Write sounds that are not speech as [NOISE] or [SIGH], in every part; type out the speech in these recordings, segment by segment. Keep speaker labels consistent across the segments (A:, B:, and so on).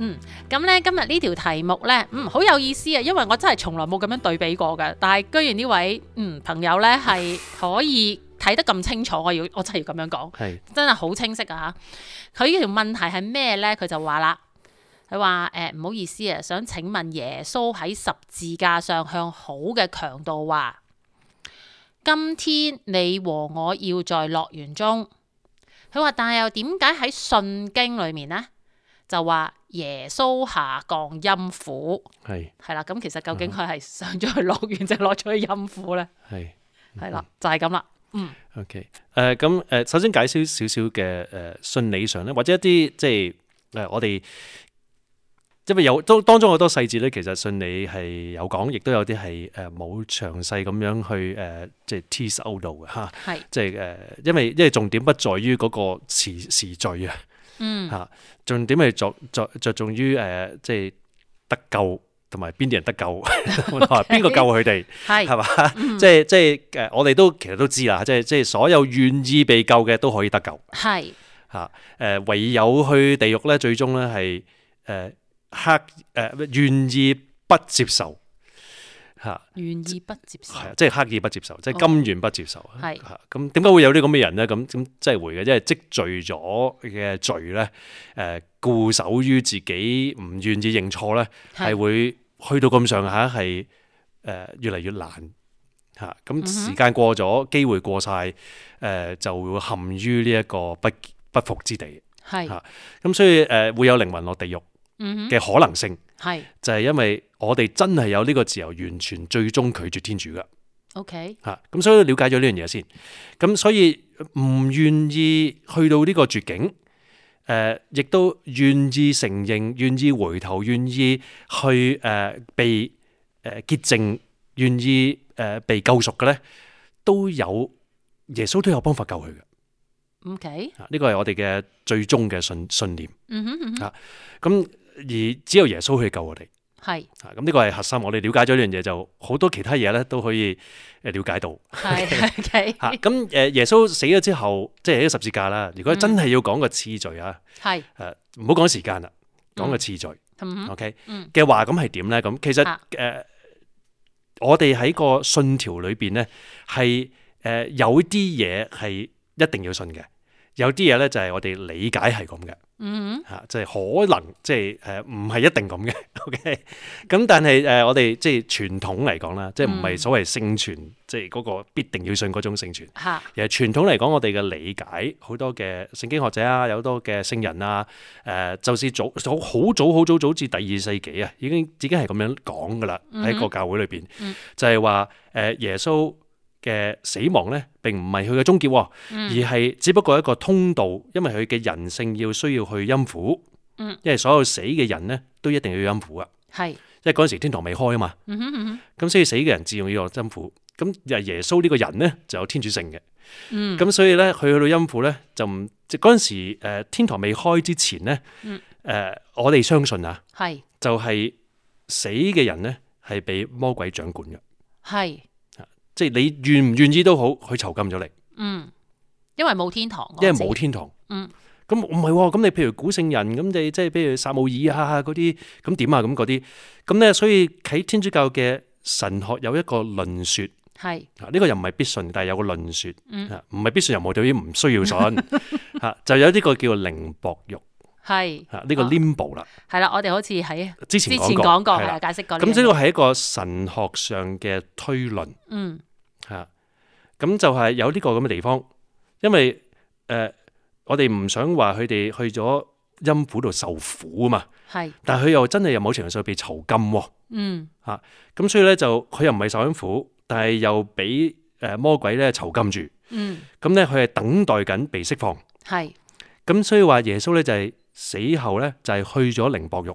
A: 嗯，咁咧今日呢條題目咧，嗯，好有意思啊，因為我真係從來冇咁樣對比過嘅，但係居然呢位嗯朋友咧係可以睇得咁清楚，我要我真係要咁樣講，
B: 係
A: 真係好清晰啊！佢呢條問題係咩咧？佢就話啦，佢話誒唔好意思啊，想請問耶穌喺十字架上向好嘅強盜話：今天你和我要在樂園中。佢話，但係又點解喺信經裏面呢？就話耶穌下降陰府，
B: 係
A: 係啦。咁其實究竟佢係上咗去樂園，就落咗去陰府呢？
B: 係
A: 係啦，就係咁啦。
B: ，OK。誒咁誒，首先解釋少少嘅誒信理上咧，或者一啲即係誒、呃我哋因為有當當中好多細節咧，其實信理係有講，亦都有啲係誒冇詳細咁樣去誒、呃即係 tease out 到嘅嚇。
A: 係
B: 即係誒、呃因為因為重點不在於嗰個時時序啊，
A: 嗯
B: 嚇、重點係着着着重於誒、呃即係得救同埋邊啲人得
A: [LAUGHS]
B: 救，同埋邊個救佢哋。係
A: 係
B: 嘛？即係即係誒，我哋都其實都知啦，即係即係所有願意被救嘅都可以得救
A: 係
B: 嚇。誒、唯有去地獄咧，最終咧係誒黑誒願意不接受嚇。
A: 願意不接受
B: 係啊，即係刻意不接受，即係甘願不接受啊。
A: 係
B: 嚇咁點解會有啲咁嘅人咧？咁咁真係會嘅，因為積聚咗嘅罪咧，誒、固守於自己唔願意認錯咧，
A: 係
B: 係會去到咁上下係誒越嚟越難嚇。咁、時間過咗，機會過晒，誒、就會陷於呢一個不不服之地。
A: 係
B: 嚇咁所以誒、呃會有靈魂落地獄
A: 嗯哼
B: 嘅可能性，
A: 係
B: 就係因為我哋真係有呢個自由，完全最終拒絕天主噶。
A: OK
B: 嚇，啊咁所以了解咗呢樣嘢先，咁所以唔願意去到呢個絕境，誒、呃亦都願意承認，願意回頭，願意去誒、呃被誒潔淨，願意誒、呃被救贖嘅咧，都有耶穌都有方法救佢嘅，
A: OK
B: 啊呢個係我哋嘅最終嘅信信念，
A: 嗯哼嗯哼
B: 咁而只有耶穌去救我哋。 [LAUGHS]
A: 係
B: 啊，咁呢個係核心，我哋了解咗呢樣嘢，就好多其他嘢咧都可以誒了解到。
A: 係 [LAUGHS] OK
B: 吓咁誒，耶穌死咗之後，即係喺十字架啦。如果真係要講個次序啊，
A: 係
B: 誒唔好講時間啦，講個次序
A: 嗯哼
B: ，OK
A: 嗯
B: 嘅話，咁係點咧？咁其實
A: 啊
B: 誒，我哋喺個信條裏邊咧，係誒有啲嘢係一定要信嘅，有啲嘢咧就係我哋理解係咁嘅。
A: 嗯
B: 嚇，即係可能即係誒唔係一定咁嘅 [LAUGHS] ，OK。咁但係誒我哋即係傳統嚟講啦，即係唔
A: 嗯
B: 係所謂聖傳，即係嗰個必定要信嗰種聖傳。
A: 哼嚇
B: 而係傳統嚟講，我哋嘅理解好多嘅聖經學者啊，有好多嘅聖人啊，誒、就是早早好早好早早至第二世紀啊，已經已經係咁樣講噶啦，喺個教會裏邊，就係話誒耶穌嘅死亡咧，並唔係佢嘅終結喎，而係只不過一個通道，因為佢嘅人性要需要去陰府，
A: 嗯
B: 因為所有死嘅人咧都一定要陰府啊，
A: 係
B: 因為嗰陣時天堂未開啊嘛，
A: 嗯哼嗯哼
B: 咁所以死嘅人自然要落陰府，咁而耶穌呢個人咧就有天主性嘅。
A: 嗯
B: 咁所以咧，佢去到陰府咧，就唔即嗰陣時，誒、天堂未開之前咧，誒、
A: 嗯
B: 我哋相信啊，
A: 係
B: 就係、死嘅人咧係被魔鬼掌管嘅，
A: 係
B: 即係你願唔願意都好，佢囚禁咗你，
A: 嗯，因為冇天堂嗰陣時，
B: 因為冇天堂。
A: 嗯
B: 咁唔係喎，咁你譬如古聖人，咁你即係譬如撒姆耳啊嗰啲，咁點啊咁嗰啲，咁咧所以喺天主教嘅神學有一個論説。
A: 係
B: 啊，呢個又唔係必信，但係有個論説，
A: 嗯
B: 啊唔係必信任何對於唔需
A: [LAUGHS]
B: 要信，嚇就有呢個叫靈薄獄，
A: 係
B: 嚇呢個
A: 啊
B: limbo 啦，
A: 係啦，我哋好似喺
B: 之
A: 之
B: 前
A: 前
B: 講
A: 講過
B: 過，
A: 係
B: 係
A: 啦，
B: 啦，
A: 解釋過呢
B: 咁
A: 樣嘢。
B: 呢個係一個神學上嘅推論，
A: 嗯
B: 嚇咁就係有呢個咁嘅地方，因為誒我哋唔想話佢哋去咗陰府度受苦啊嘛，
A: 係
B: 但係佢又真係有某程度上被囚禁喎。
A: 嗯
B: 咁所以咧就佢又唔係受緊苦，但係又俾誒魔鬼咧囚禁住，
A: 嗯
B: 咁咧佢係等待緊被釋放。
A: 係
B: 咁所以話耶穌咧就係死後咧就係去咗靈薄獄，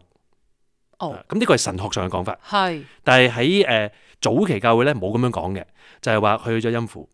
A: 哦
B: 啊，咁呢個係神學上嘅講法，
A: 係
B: 但係喺誒早期教會咧冇咁樣講嘅，就係話去咗陰府，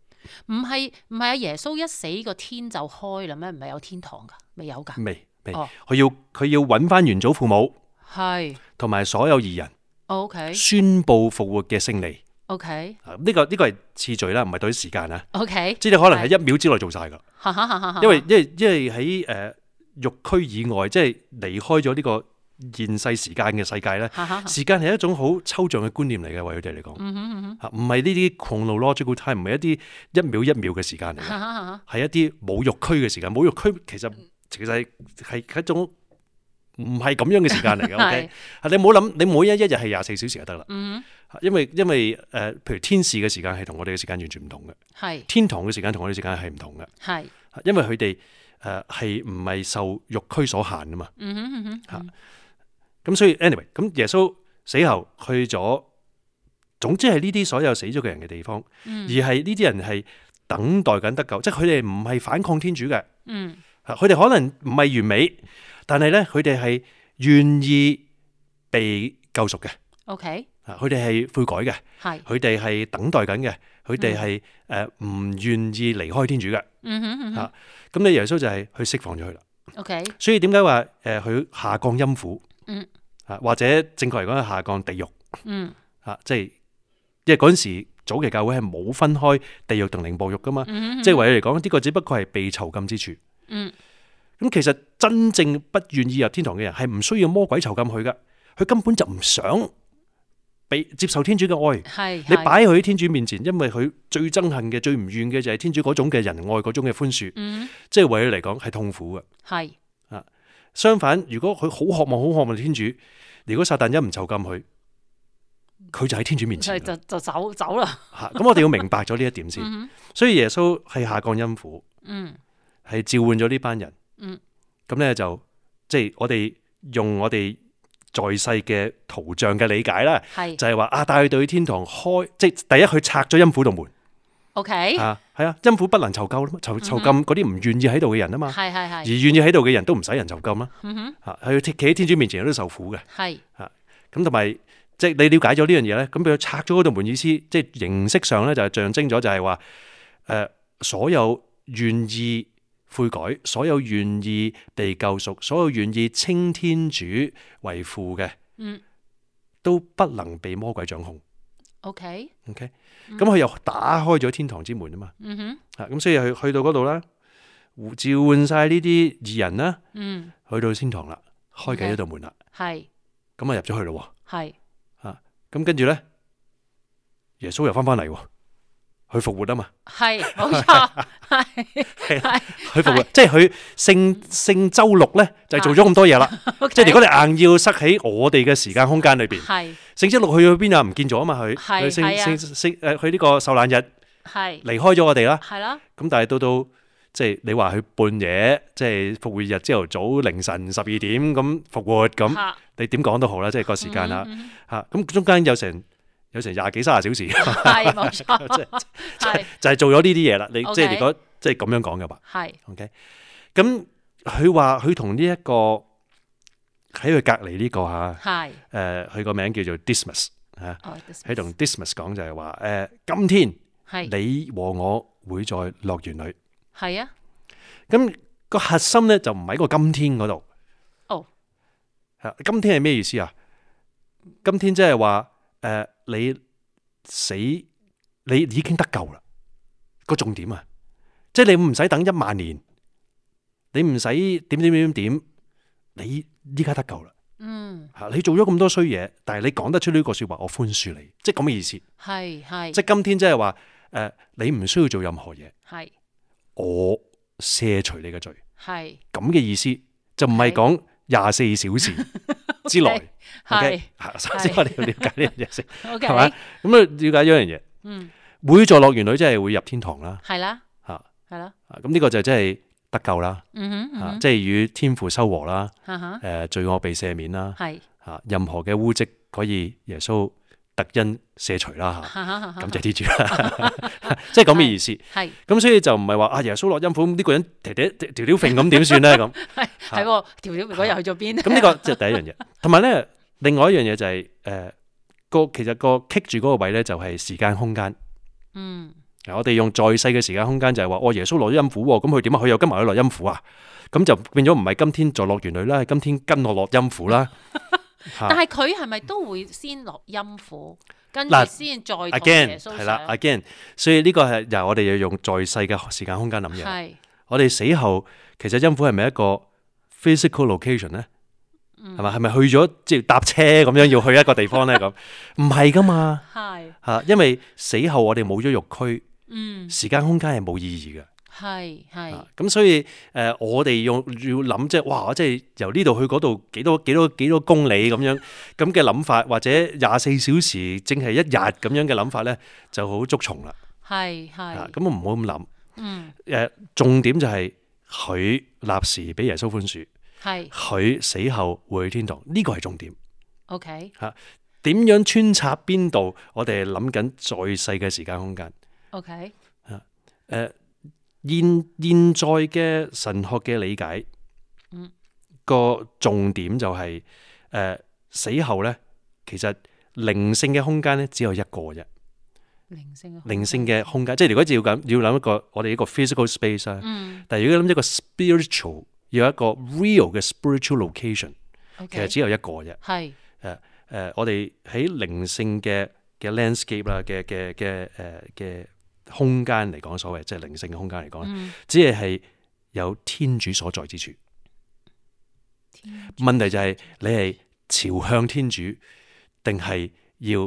A: 唔係唔係啊？耶穌一死個天就開啦咩？唔係有天堂㗎？未有㗎？
B: 未未，
A: 哦
B: 佢要佢要揾翻元祖父母
A: 係
B: 同埋所有義人，
A: ，OK
B: 宣佈復活嘅勝利。
A: OK
B: 啊呢、個呢、個係次序啦，唔係對於時間啊，
A: OK，
B: 即係你可能喺一秒之內做晒㗎，
A: 哈哈哈哈哈
B: 因為因為因為喺誒、呃肉區以外，即係離開咗呢個現世時間嘅世界咧。
A: 哈哈哈
B: 時間係一種好抽象嘅觀念嚟嘅，為佢哋嚟講，
A: 啊嗯哼嗯
B: 嚇唔係呢啲 chronological time，唔係一啲一秒一秒嘅時間嚟
A: 哼，
B: 嘅，
A: 哈哈哈 [LAUGHS] 哈
B: 係一啲冇肉區嘅時間。冇肉區其實其實係係一種唔係咁樣嘅時間
A: [LAUGHS]
B: 嚟嘅。OK，啊
A: 係
B: 係你唔好諗，你每一一日係廿四小時就得啦。
A: 嗯
B: 因為因為誒、呃譬如天使嘅時間係同我哋嘅時間完全唔同嘅，
A: 哼係
B: 天堂嘅時間同我哋時間係唔同嘅，啊
A: 係
B: 因為佢哋誒係唔係受肉區所限啊嘛。
A: 嗯哼嗯哼嗯哼
B: 咁所以 anyway，咁耶穌死後去咗，總之係呢啲所有死咗嘅人嘅地方，而係呢啲人係等待緊得救，即係佢哋唔係反抗天主嘅，
A: 嗯
B: 啊佢哋可能唔係完美，但係咧佢哋係願意被救贖嘅，
A: OK
B: 啊佢哋係悔改嘅，
A: 係
B: 佢哋係等待緊嘅，佢哋係誒唔願意離開天主嘅，
A: 嗯哼嗯
B: 啊
A: 哼
B: 咁咧耶穌就係去釋放咗佢啦。
A: OK
B: 所以點解話誒佢下降陰府，
A: 嗯
B: 啊或者正確嚟講係下降地獄。
A: 嗯
B: 啊，即係因為嗰陣時早期教會係冇分開地獄同靈部獄噶嘛，
A: 嗯
B: 即係為你嚟講，呢、個只不過係被囚禁之處。
A: 嗯
B: 咁其實真正不願意入天堂嘅人係唔需要魔鬼囚禁佢噶，佢根本就唔想被接受天主嘅愛。
A: 係
B: 你
A: 係
B: 擺佢喺天主面前，因為佢最憎恨嘅、最唔願嘅就係天主嗰種嘅仁愛、嗰種嘅寬恕，
A: 嗯
B: 即係為佢嚟講係痛苦嘅。
A: 係
B: 相反，如果佢好渴望、好渴望天主，如果撒旦一唔囚禁佢，佢就喺天主面前
A: 就
B: 㗎。
A: 就就走走啦
B: 吓，咁我哋要明白咗呢一點先。
A: 嗯哼
B: 所以耶穌係下降陰府，
A: 嗯
B: 係召喚咗呢班人。
A: 嗯，
B: 咁咧就即係我哋用我哋在世嘅圖像嘅理解啦，
A: 係
B: 就係話啊，帶佢到天堂開，即係第一佢拆咗陰府道門
A: OK
B: 啊，係啊，陰府不能囚禁啦嘛，囚囚禁嗰啲唔願意喺度嘅人啊嘛，
A: 係嗯係
B: 而
A: 係
B: 願意喺度嘅人都唔使人囚禁啦，
A: 嗯哼
B: 吓，啊佢企喺天主面前都受苦嘅。
A: 係
B: 咁同埋即係你了解咗呢樣嘢咧，咁佢拆咗嗰道門意思，即係形式上咧就係象徵咗就係話誒所有願意悔改、所有願意被救贖、所有願意稱天主為父嘅，
A: 嗯
B: 都不能被魔鬼掌控。
A: OK
B: OK，咁佢又打開咗天堂之門啊嘛，
A: 嗯哼
B: 啊咁所以佢去到嗰度啦，召喚晒呢啲義人啦，
A: 嗯
B: 去到天堂啦，開啟咗道門啦，
A: 係
B: 咁啊入咗去咯喎。
A: 係
B: 咁跟住咧，耶穌又翻翻嚟喎，佢復
A: [LAUGHS]
B: 活啊嘛，
A: 係冇錯係
B: 佢復活，即係佢聖聖周六咧就係做咗咁多嘢啦。
A: OK
B: 即係如果你硬要塞喺我哋嘅時間空間裏邊，
A: 係
B: 聖周六去咗邊啊？唔見咗啊嘛，佢
A: 係
B: 佢聖
A: 係啊
B: 聖聖誒，佢呢個受難日
A: 係
B: 離開咗我哋啦。
A: 係啦
B: 咁但係到到即係你話佢半夜，即係復活日朝頭早凌晨十二點咁復活咁，
A: 嚇
B: 你點講都好啦，即係個
A: Ừ
B: 時間啦
A: 嗯嗯嗯
B: 嚇。咁中間有成有成廿幾卅小時。
A: 係冇錯係
B: 就係做咗呢啲嘢啦。你
A: OK
B: 即係如果即係咁樣講嘅話
A: 係
B: ，OK。咁佢話佢同呢一個喺佢隔離呢個嚇，
A: 係
B: 誒佢個名叫做 Dismas 嚇，
A: 哦
B: 喺同 Dismas 講就係話誒，今天
A: 係
B: 你和我會在樂園裏。
A: 係啊
B: 咁個核心咧就唔喺個今天嗰度。
A: 哦
B: 嚇，今天係咩意思啊？今天即係話誒，你死你已經得救啦。個重點啊，即係你唔使等一萬年，你唔使點點點點點，你依家得救啦。
A: 嗯
B: 嚇，你做咗咁多衰嘢，但係你講得出呢個説話，我寬恕你，即係咁嘅意思。
A: 係係
B: 即係今天即係話誒，你唔需要做任何嘢，
A: 係
B: 我卸除你嘅罪。
A: 係
B: 咁嘅意思，就唔係講廿四
A: [LAUGHS]
B: 小時之內。
A: 係
B: OK，嚇 [LAUGHS] 首先我哋要了解呢樣嘢先，
A: [LAUGHS] OK
B: 係咪？咁啊，了解咗一樣嘢，
A: 嗯
B: 會在樂園裏即係會入天堂啦，
A: 係啦
B: 嚇
A: 係啦
B: 啊咁呢個就真係得救啦，
A: 嗯哼嗯
B: 嚇
A: 哼嗯
B: 即係與天父修和啦，
A: 哈哈
B: 誒罪惡被赦免啦，
A: 係
B: 嚇任何嘅污跡可以耶穌特恩卸除啦嚇。
A: 哈哈哈哈
B: 感謝天主啦， [LAUGHS] 即係咁嘅意思。
A: [LAUGHS] 係
B: 咁所以就唔係話啊耶穌落陰府，咁呢個人條條條條揈咁點算咧咁。
A: 係係喎條條如果又去咗邊咧
B: 咁呢個即係第一樣嘢，同埋咧另外一樣嘢就係、誒、個其實個棘住嗰個位咧，就係時間空間。
A: 嗯
B: 嗱我哋用在世嘅時間空間就係話，哦，耶穌落咗陰府喎，咁佢點啊？佢又跟埋佢落陰府啊？咁就變咗唔係今天在樂園裏啦，係今天跟我落陰
A: [LAUGHS]
B: 府啦。
A: 但
B: 嚇
A: 係佢係咪都會先落陰府，跟住
B: 嗱
A: 先再同耶
B: again
A: 穌
B: 係啦
A: 上？
B: ，again，所以呢個係由我哋要用在世嘅時間空間諗嘢。
A: 係
B: 我哋死後其實陰府係咪一個 physical location 咧？
A: 嗯
B: 係咪係咪去咗即係搭車咁樣要去一個地方
A: [LAUGHS]
B: 咧？咁唔係噶嘛
A: 係
B: 嚇，因為死後我哋冇咗肉軀，
A: 嗯
B: 時間空間係冇意義嘅。
A: 係係
B: 啊咁所以誒、呃我哋用要諗即係哇，即係由呢度去嗰度幾多幾多幾多公里咁樣咁嘅諗法，或者廿四小時正係一日咁樣嘅諗法咧，就好捉蟲啦。
A: 係
B: 啊
A: 係
B: 咁我唔好咁諗。
A: 嗯
B: 誒、重點就係佢立時俾耶穌寬恕，
A: 係
B: 佢死後會去天堂，呢個係重點。
A: OK
B: 點樣穿插邊度？我哋係諗緊在世嘅時間空間。
A: OK
B: 誒現現在嘅神學嘅理解，
A: 嗯
B: 個重點就係、誒、死後咧，其實靈性嘅空間咧只有一個啫，
A: 靈性嘅空
B: 靈性
A: 間
B: 嘅空間，即係如果要咁要諗一個我哋一個 physical space 啦，
A: 嗯
B: 但係如果諗一個 spiritual，要有一個 real 嘅 spiritual location，其
A: OK
B: 實只有一個啫。
A: 係
B: 誒、我哋喺靈性嘅嘅 landscape 啦，嘅嘅嘅誒嘅空間嚟講，所謂即係靈性嘅空間嚟講，
A: 嗯
B: 只係係有天主所在之處。
A: 天
B: 問題就係你係朝向天主，定係要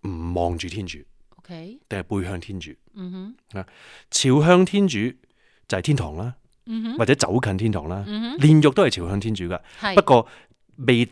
B: 唔望住天主，
A: OK
B: 定係背向天主？啊
A: 嗯哼
B: 朝向天主就係天堂啦，
A: 嗯哼
B: 或者走近天堂啦。
A: 嗯哼
B: 煉獄都係朝向天主噶，
A: 係
B: 不過未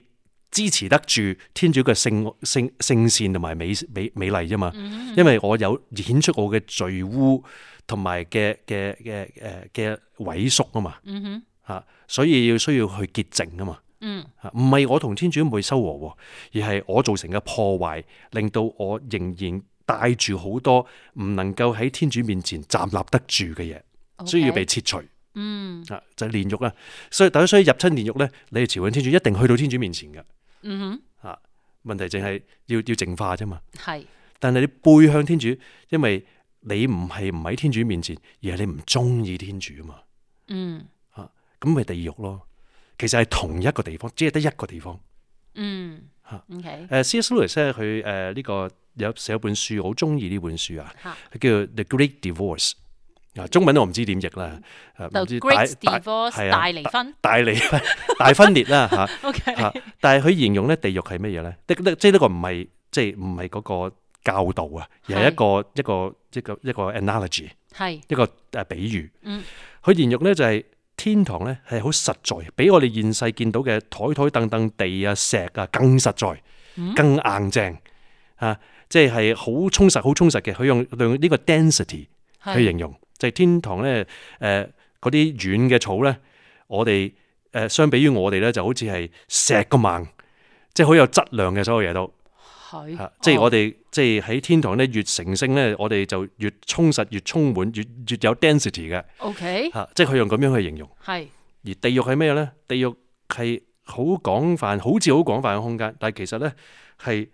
B: 支持得住天主嘅聖聖聖善同埋美美美麗啫嘛。
A: 嗯哼
B: 因為我有顯出我嘅罪污同埋嘅嘅嘅誒嘅萎縮啊嘛，
A: 嗯哼
B: 嚇，所以要需要去潔淨啊嘛，
A: 嗯
B: 嚇，唔係我同天主冇修和喎，而係我造成嘅破壞，令到我仍然帶住好多唔能夠喺天主面前站立得住嘅嘢，所以要
A: OK
B: 被切除
A: 嗯
B: 啊，就係煉獄啦。所以大家所以入親煉獄咧，你係朝向天主，一定去到天主面前嘅
A: 嗯
B: 嚇。問題淨係要要淨化啫嘛。
A: 哼係
B: 但係你背向天主，因為你唔係唔喺天主面前，而係你唔中意天主啊嘛，
A: 嗯
B: 咁咪地獄咯。其實係同一個地方，只係得一個地方。
A: 嗯
B: 嚇
A: OK
B: 誒、C.S. Lewis 咧，佢誒呢個有寫一本書，我好中意呢本書啊，
A: 嚇
B: 佢叫《The Great Divorce》啊，中文我唔知點譯啦，誒
A: The
B: 唔知
A: Great
B: 大
A: Divorce
B: 係啊
A: 大離婚
B: 大離大分裂啦嚇。
A: OK
B: 啊但係佢形容咧地獄係乜嘢咧？的的即係呢個唔係即係唔係嗰個教導啊，而係一個一個一個一個 analogy。
A: 係
B: 一個誒比喻。
A: 嗯
B: 佢形容咧就係天堂咧係好實在，比我哋現世見到嘅台台凳凳地啊石啊更實在
A: 嗯、
B: 更硬正啊！即係好充實、好充實嘅。佢用用呢個 density 去
A: 係
B: 形容，就係天堂咧誒嗰啲軟嘅草咧，我哋誒、呃相比於我哋咧就好似係石咁硬，即係好有質量嘅所有嘢都。
A: 係
B: 吓，即係我
A: 哋
B: 哋即係喺天堂咧，越成聖咧，我哋就越充實、越充滿、越越有 density 嘅
A: OK
B: 吓，即係佢用咁樣去形容。
A: 係
B: 而地獄係咩咧？地獄係好廣泛，好似好廣泛嘅空間，但係其實咧係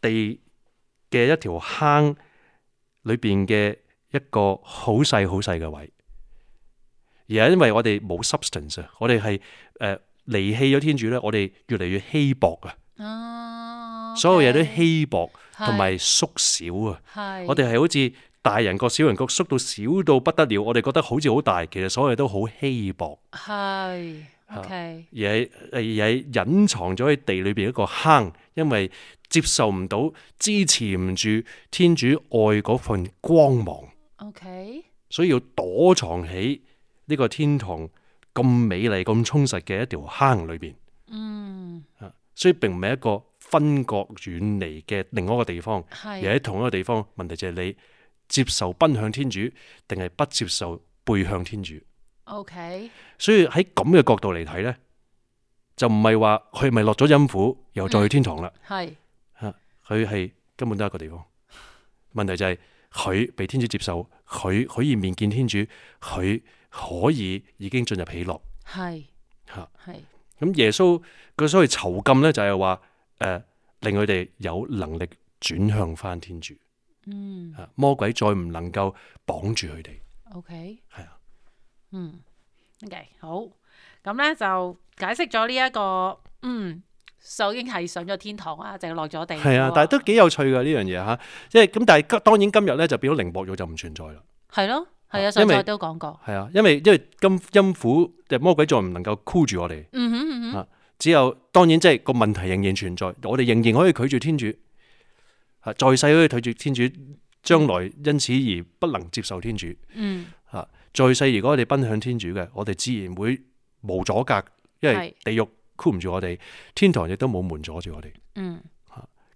B: 地嘅一條坑裏邊嘅一個好細好細嘅位，而係因為我哋冇 substance 啊，我哋係誒離棄咗天主咧，我哋越嚟越稀薄啊，
A: 啊
B: 所有嘢都
A: OK
B: 稀薄
A: 係
B: 同埋縮小啊。
A: 係
B: 我哋係好似大人個小人國縮到少到不得了，我哋覺得好似好大，其實所有嘢都好稀薄，
A: 係
B: 嚇
A: OK
B: 而係而係呃隱藏咗喺地裏邊一個坑，因為接受唔到、支持唔住天主愛嗰份光芒，
A: OK
B: 所以要躲藏喺呢個天堂咁美麗、咁充實嘅一條坑裏邊。
A: 嗯
B: 啊所以並唔係一個分割遠離嘅另外一個地方。
A: 係
B: 而喺同一個地方，問題就係你接受奔向天主，定係不接受背向天主。
A: OK
B: 所以喺咁嘅角度嚟睇呢，就唔係話佢咪落咗陰府，又再去天堂啦。
A: 係
B: 吓、
A: 嗯
B: 佢係根本都係一個地方。問題就係佢被天主接受，佢可以面見天主，佢可以已經進入喜樂。
A: 係
B: 吓、
A: 係
B: 咁耶穌佢所謂囚禁咧，就係話誒令佢哋有能力轉向翻天主
A: 嗯
B: 啊，魔鬼再唔能夠綁住佢哋，
A: ，OK，
B: 係啊，
A: 嗯，OK，好，咁咧就解釋咗呢一個，嗯，就已經係上咗天堂啊，淨係落咗地。
B: 係啊，但係都幾有趣噶呢樣嘢嚇，即係咁，但係當然今日咧就變咗靈薄獄就唔存在啦。
A: 係咯，係
B: 啊
A: 啊，上
B: 因為
A: 次我都講過。
B: 係啊，因為因為金陰府誒魔鬼再唔能夠箍住我哋，啊
A: 嗯哼嗯哼，
B: 只有當然即係個問題仍然存在，我哋仍然可以拒絕天主，啊在世可以拒絕天主，將來因此而不能接受天主，
A: 嗯，
B: 啊在世如果我哋奔向天主嘅，我哋自然會無阻隔，因為地獄箍唔住我哋，天堂亦都冇門阻住我哋，啊
A: 嗯。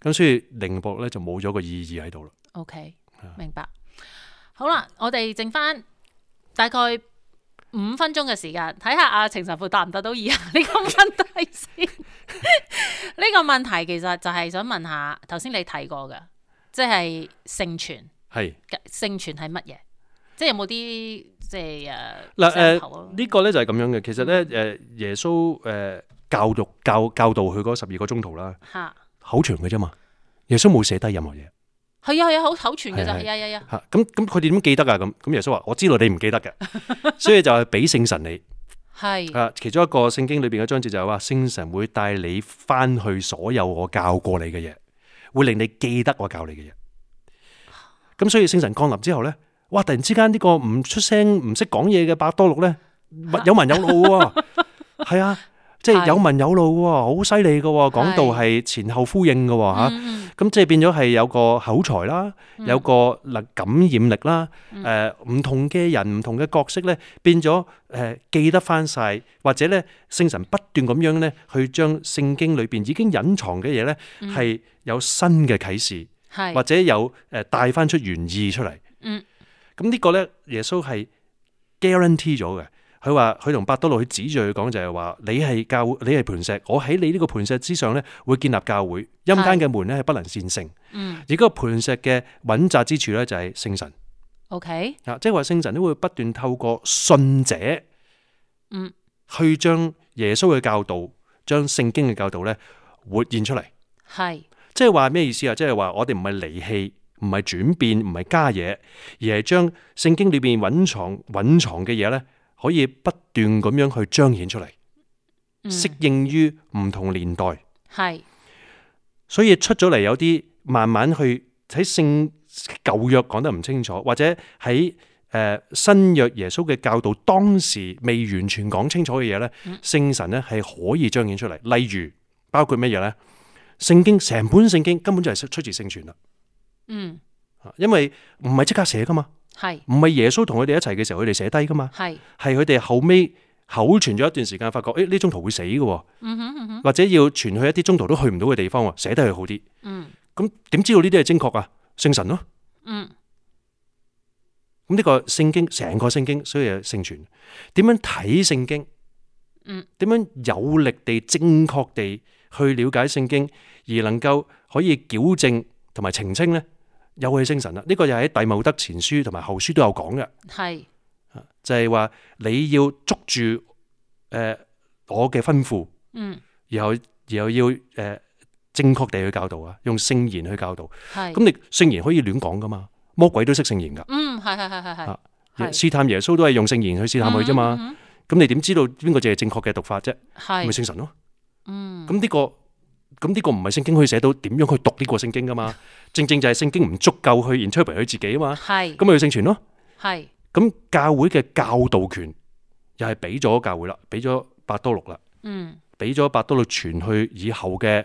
B: 咁所以靈薄咧就冇咗個意義喺度啦。
A: OK，
B: 啊
A: 明白。好啦，我哋剩翻大概五分鐘嘅時間，睇下阿程神父答唔答到以下呢個問題
B: [LAUGHS]
A: 先。呢個問題其實就係想問下，頭先你提過嘅，即係聖傳，
B: 係
A: 聖傳係乜嘢？即係有冇啲即係呃诶
B: 嗱呃誒
A: 誒
B: 呢個咧就係咁樣嘅，其實咧誒耶穌誒教育教教導佢嗰十二個宗徒啦，
A: 吓
B: 口傳嘅啫嘛，耶穌冇寫低任何嘢。
A: 係啊係啊，好口傳嘅就
B: 係係
A: 係啊係啊，
B: 吓咁咁佢哋點記得啊？咁咁耶穌話：我知道你唔記得嘅，所以就係俾聖神你
A: 係
B: 啊。其中一個聖經裏边嘅章節就係話，聖神會帶你翻去所有我教過你嘅嘢，會令你記得我教你嘅嘢。咁所以聖神降臨之後咧，哇！突然之間呢個唔出聲、唔識講嘢嘅伯多 [LAUGHS] 禄咧，有文有路 [LAUGHS] 喎，係啊，即係
A: 係
B: 有文有路喎，好犀利嘅喎，講到係前後呼應嘅喎吓。
A: 嗯嗯
B: 咁即係變咗係有個口才啦，有個能感染力啦，誒、唔同嘅人、唔同嘅角色咧，變咗誒、記得翻晒，或者咧聖神不斷咁樣咧去將聖經裏邊已經隱藏嘅嘢咧係有新嘅啟示，或
A: 嗯係
B: 者有誒帶翻出原意出嚟。
A: 嗯，
B: 咁呢個咧耶穌係 guarantee 咗嘅。佢話：佢同伯多禄佢指住佢講就係話，你係教會，你係磐石，我喺你呢個磐石之上咧，會建立教會。陰間嘅門咧係不能戰勝。
A: 嗯
B: 而嗰個磐石嘅穩扎之處咧，就係聖神
A: OK
B: 啊，即係話聖神都會不斷透過信者，
A: 嗯，
B: 去將耶穌嘅教導、將聖經嘅教導咧活現出嚟。
A: 係
B: 即係話咩意思啊？即係話我哋唔係離棄，唔係轉變，唔係加嘢，而係將聖經裏邊隱藏隱藏嘅嘢咧，可以不斷咁樣去彰顯出嚟，
A: 嗯
B: 適應於唔同年代。
A: 係
B: 所以出咗嚟有啲慢慢去喺聖舊約講得唔清楚，或者喺誒、呃新約耶穌嘅教導當時未完全講清楚嘅嘢咧，聖神咧係可以彰顯出嚟。例如包括乜嘢咧？聖經成本聖經根本就係出自聖傳啦，
A: 嗯
B: 啊因為唔係即刻寫噶嘛，
A: 係
B: 唔係耶穌同佢哋一齊嘅時候佢哋寫低噶嘛，
A: 係
B: 係佢哋後尾口傳咗一段時間，發覺誒呢中途會死嘅喎，
A: 嗯哼嗯哼
B: 或者要傳去一啲中途都去唔到嘅地方喎，寫低佢好啲。
A: 嗯
B: 咁點知道呢啲係精確啊？聖神咯，
A: 嗯。
B: 咁呢個聖經成個聖經所以係聖傳，點樣睇聖經？
A: 嗯，
B: 點樣有力地、正確地去了解聖經，而能夠可以矯正同埋澄清呢？又係聖神啦。呢、個又喺弟茂德前書同埋後書都有講嘅，
A: 系
B: 就係話你要捉住誒、呃我嘅吩咐，
A: 嗯
B: 然後然後要誒、呃正確地去教導啊，用聖言去教導。
A: 系
B: 咁你聖言可以亂講噶嘛？魔鬼都識聖言噶。
A: 嗯系系系系
B: 啊
A: 系
B: 試探耶穌都係用聖言去試探佢啫嘛。
A: 嘛，
B: 咁你點知道邊個就係正確嘅讀法啫？咪
A: 系
B: 聖神咯。
A: 嗯
B: 咁呢個咁呢個唔係聖經可以寫到點樣去讀呢個聖經噶嘛？正正就係聖經唔足夠去 interpret 佢自己啊嘛。
A: 系
B: 咁咪去聖傳咯。
A: 系
B: 咁教會嘅教導權又係俾咗教會啦，俾咗伯多禄啦，
A: 嗯
B: 俾咗伯多禄傳去以後嘅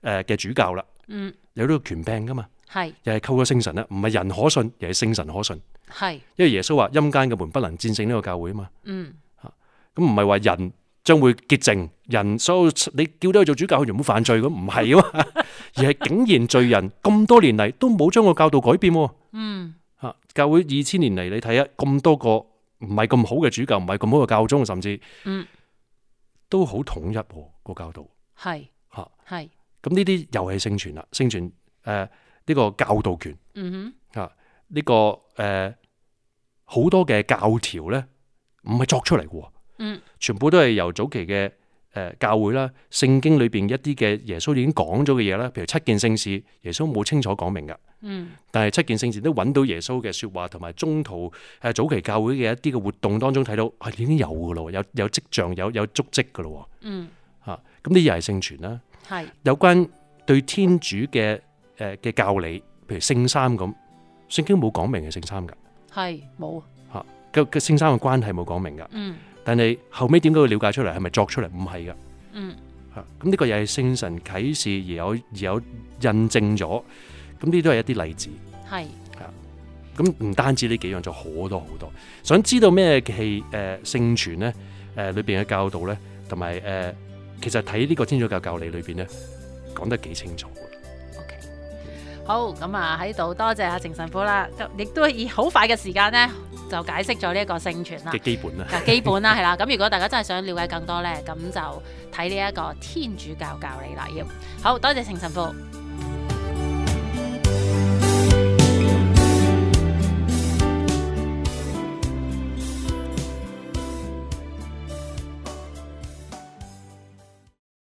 B: 誒嘅主教啦，
A: 嗯
B: 有呢個權柄噶嘛，
A: 系
B: 又係靠咗聖神啦，唔係人可信，而係聖神可信。
A: 系
B: 因為耶穌話陰間嘅門不能戰勝呢個教會啊嘛。 [LAUGHS]
A: 嗯
B: 咁唔係話人將會潔淨，人所有你叫咗佢做主教，佢就唔會犯罪咁，唔係啊嘛，而係竟然罪人咁多年嚟都冇將個教導改變喎。
A: 嗯
B: 嚇，啊教會二千年嚟，你睇下咁多個唔係咁好嘅主教，唔係咁好嘅教宗，甚至
A: 嗯
B: 都好統一喎個教導
A: 系
B: 嚇。
A: 系
B: 咁呢啲又係聖傳啦，聖傳誒呢個教導權
A: 嗯
B: 嚇，呢、個誒好、多嘅教條咧，唔係作出嚟嘅喎。
A: 哼嗯
B: 全部都係由早期嘅誒、誒教會啦，聖經裏邊一啲嘅耶穌已經講咗嘅嘢啦，譬如七件聖事，耶穌冇清楚講明㗎。
A: 嗯
B: 但係七件聖事都揾到耶穌嘅説話，同埋中途誒、呃早期教會嘅一啲嘅活動當中睇到，係、已經有㗎咯，有有跡象，有有足跡㗎咯
A: 嗯，
B: 喎嚇。咁呢啲又係聖傳啦。
A: 係
B: 有關對天主嘅誒嘅教理，譬如聖三咁，聖經冇講明嘅聖三㗎，
A: 係冇，
B: 嘅嘅聖三嘅關係冇講明㗎。
A: 嗯
B: 但係後尾點解會了解出嚟？係咪作出嚟？唔係㗎。
A: 嗯
B: 嚇咁呢個又係聖神啟示而有而有印證咗，咁呢都係一啲例子。
A: 係
B: 咁唔單止呢幾樣，仲有好多好多。想知道咩係誒聖傳咧？誒裏邊嘅教導咧，同埋誒其實睇呢個天主教教理裏邊咧，講得幾清楚嘅。
A: OK。好咁啊，喺度多謝阿鄭神父啦，咁亦都以好快嘅時間呢，就解釋咗呢一個聖傳啦
B: 嘅。基本啦。
A: 嗱， [LAUGHS] 基本啦，係啦。咁如果大家真係想了解更多呢，咁就睇呢一個天主教教理啦。要好多謝程神父，